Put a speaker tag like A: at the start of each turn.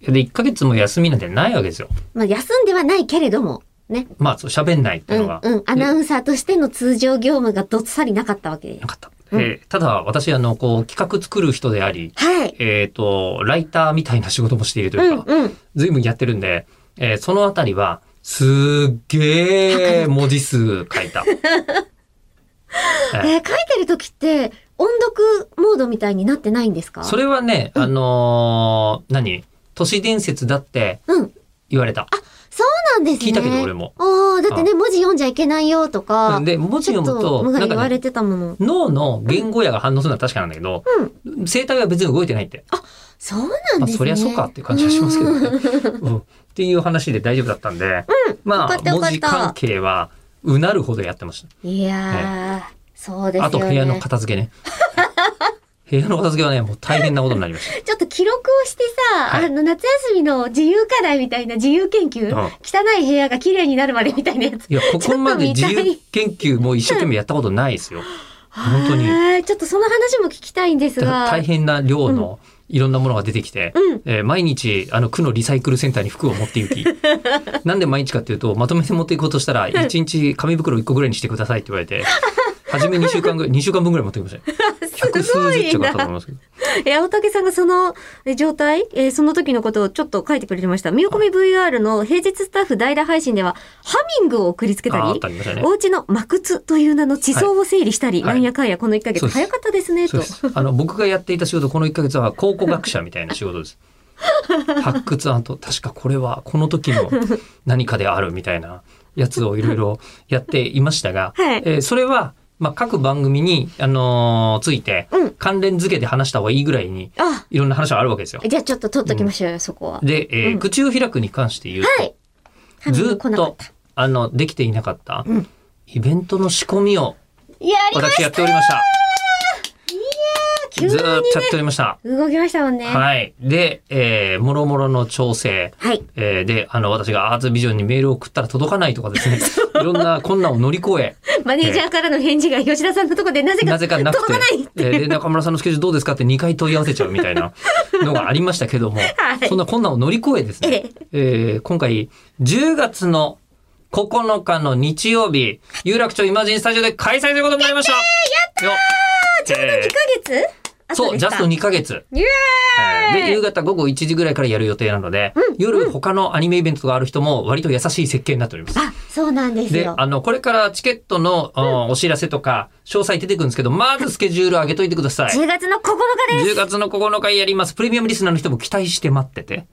A: で、1ヶ月も休みなんてないわけですよ。
B: まあ、休んではないけれども、ね。
A: まあ、そう喋んないって
B: う
A: いうんのが。、
B: うん。アナウンサーとしての通常業務がどっさりなかったわけで
A: な。かった。
B: うん
A: えーただ、私、あの、こう、企画作る人であり、
B: はい。
A: えっ、と、ライターみたいな仕事もしていると
B: う、
A: いうんか、
B: うん。
A: 随分やってるんで、えーそのあたりは、すっげえ文字数書い た。
B: え
A: え
B: ー書いてる時って、音読モードみたいになってないんですか
A: それはね、あのー何都市伝説だって
B: うん。
A: 言われた。
B: そうなんですね。
A: 聞いたけど、俺も。
B: ああ、だってね、文字読んじゃいけないよとか、
A: で、文字
B: ちょ
A: 読
B: っ
A: む
B: と
A: と、
B: 無
A: な
B: が
A: ん
B: 言
A: かね、
B: われてたもの。
A: 脳の言語野が反応するのは確かなんだけど、
B: うん。
A: 生体は別に動いてないって。
B: そうなん
A: まあ、
B: ですね。
A: そりゃそうかっていう感じはしますけどね。うんっていう話で大丈夫だったんで、ま
B: よか
A: あ、
B: った
A: 文
B: よかった
A: 字関係は、うなるほどやってました。
B: いやー、そうですよね。
A: あと部屋の片 付けね。部屋の片付けはね、もう大変なことになりま し
B: ちょっと記録をしてさ、
A: はい
B: あの、夏休みの自由課題みたいな自由研
A: う
B: 究、
A: ん
B: 汚い部屋が綺麗になるまでみたいなやつ。
A: た。いや、ここまで自由研究も一生懸命やったことないですよ。本当に
B: はいちょっとその話も聞きたいんです
A: だから
B: が。
A: 大変な量のいろんなものが出てきて、
B: うん。
A: えー毎日あの区のリサイクルセンターに服を持って行 きなんで毎日かっていうとまとめて持っていこうとしたら1日紙袋1個ぐらいにしてくださいって言われて初め2週間ぐらい2週間分ぐらい持ってきましたよ百
B: すご
A: 数十
B: い
A: 着だったと思い
B: な。
A: ますけど
B: え、青竹さんがそのえ状態、えーその時のことをちょっと書いてくれてました。見込み VR の平日スタッフ代打配信では、ハミングを送りつけた
A: あーあ
B: り
A: っ、たりましたね
B: お家のマクツという名の地層を整理したり、
A: はい
B: なんやかんやこの1ヶ
A: そう
B: 月
A: です
B: 早かったですね、
A: そう
B: と。
A: ですあの僕がやっていた仕事この1ヶ月は考古学者みたいな仕事です発掘案と確かこれはこの時の何かであるみたいなやつをいろいろやっていましたが、
B: はい
A: えーそれは、まあ、各番組に、あのーついて
B: うん
A: 関連付けで話した方がいいぐらいに
B: あ、
A: いろんな話はあるわけですよ。
B: じゃあちょっと取っときましょうよ、そこは。
A: で、えー
B: うん
A: 口を開くに関して言うと、
B: はい。ハミン
A: ず
B: グ
A: っ
B: 来なか
A: と
B: た。
A: あのできていなかった、
B: うん
A: イベントの仕込みを
B: やりまし
A: 私やっておりました。
B: 急に
A: ずーっとやっておりました。
B: た動きましたもんね。は
A: はい。で、えー、もろもろの調整。
B: い。
A: えーで、あの、私がアーツビジョンにメールを送ったら届かないとかですね、いろんな困難を乗り越え、
B: マネージャーからの返事が吉田さんのところでなぜか
A: なぜかなく
B: 届
A: て
B: かないって、
A: えーで、中村さんのスケジュールどうですかって2回問い合わせちゃうみたいなのがありましたけども、
B: はい
A: そんな困難を乗り越えですね、えー今回、10月の9日の日曜日、有楽町イマジンスタジオで開催ということになりましたやったー
B: 2ヶ月後
A: そう、
B: で
A: ジ
B: す
A: ャ
B: か
A: スト2ヶ月。
B: イエ
A: えー
B: ーイ
A: で、夕方午後1時ぐらいからやる予定なので、夜他のアニメイベントがある人も割と優しい設計になっております。
B: あ、そうなんです
A: で、
B: よ。
A: あの、これからチケットの、あのお知らせとか、詳細出てくるんですけど、まずスケジュール上げといてください。
B: 10月の9日です。
A: 10月の9日やります。プレミアムリスナーの人も期待して待ってて。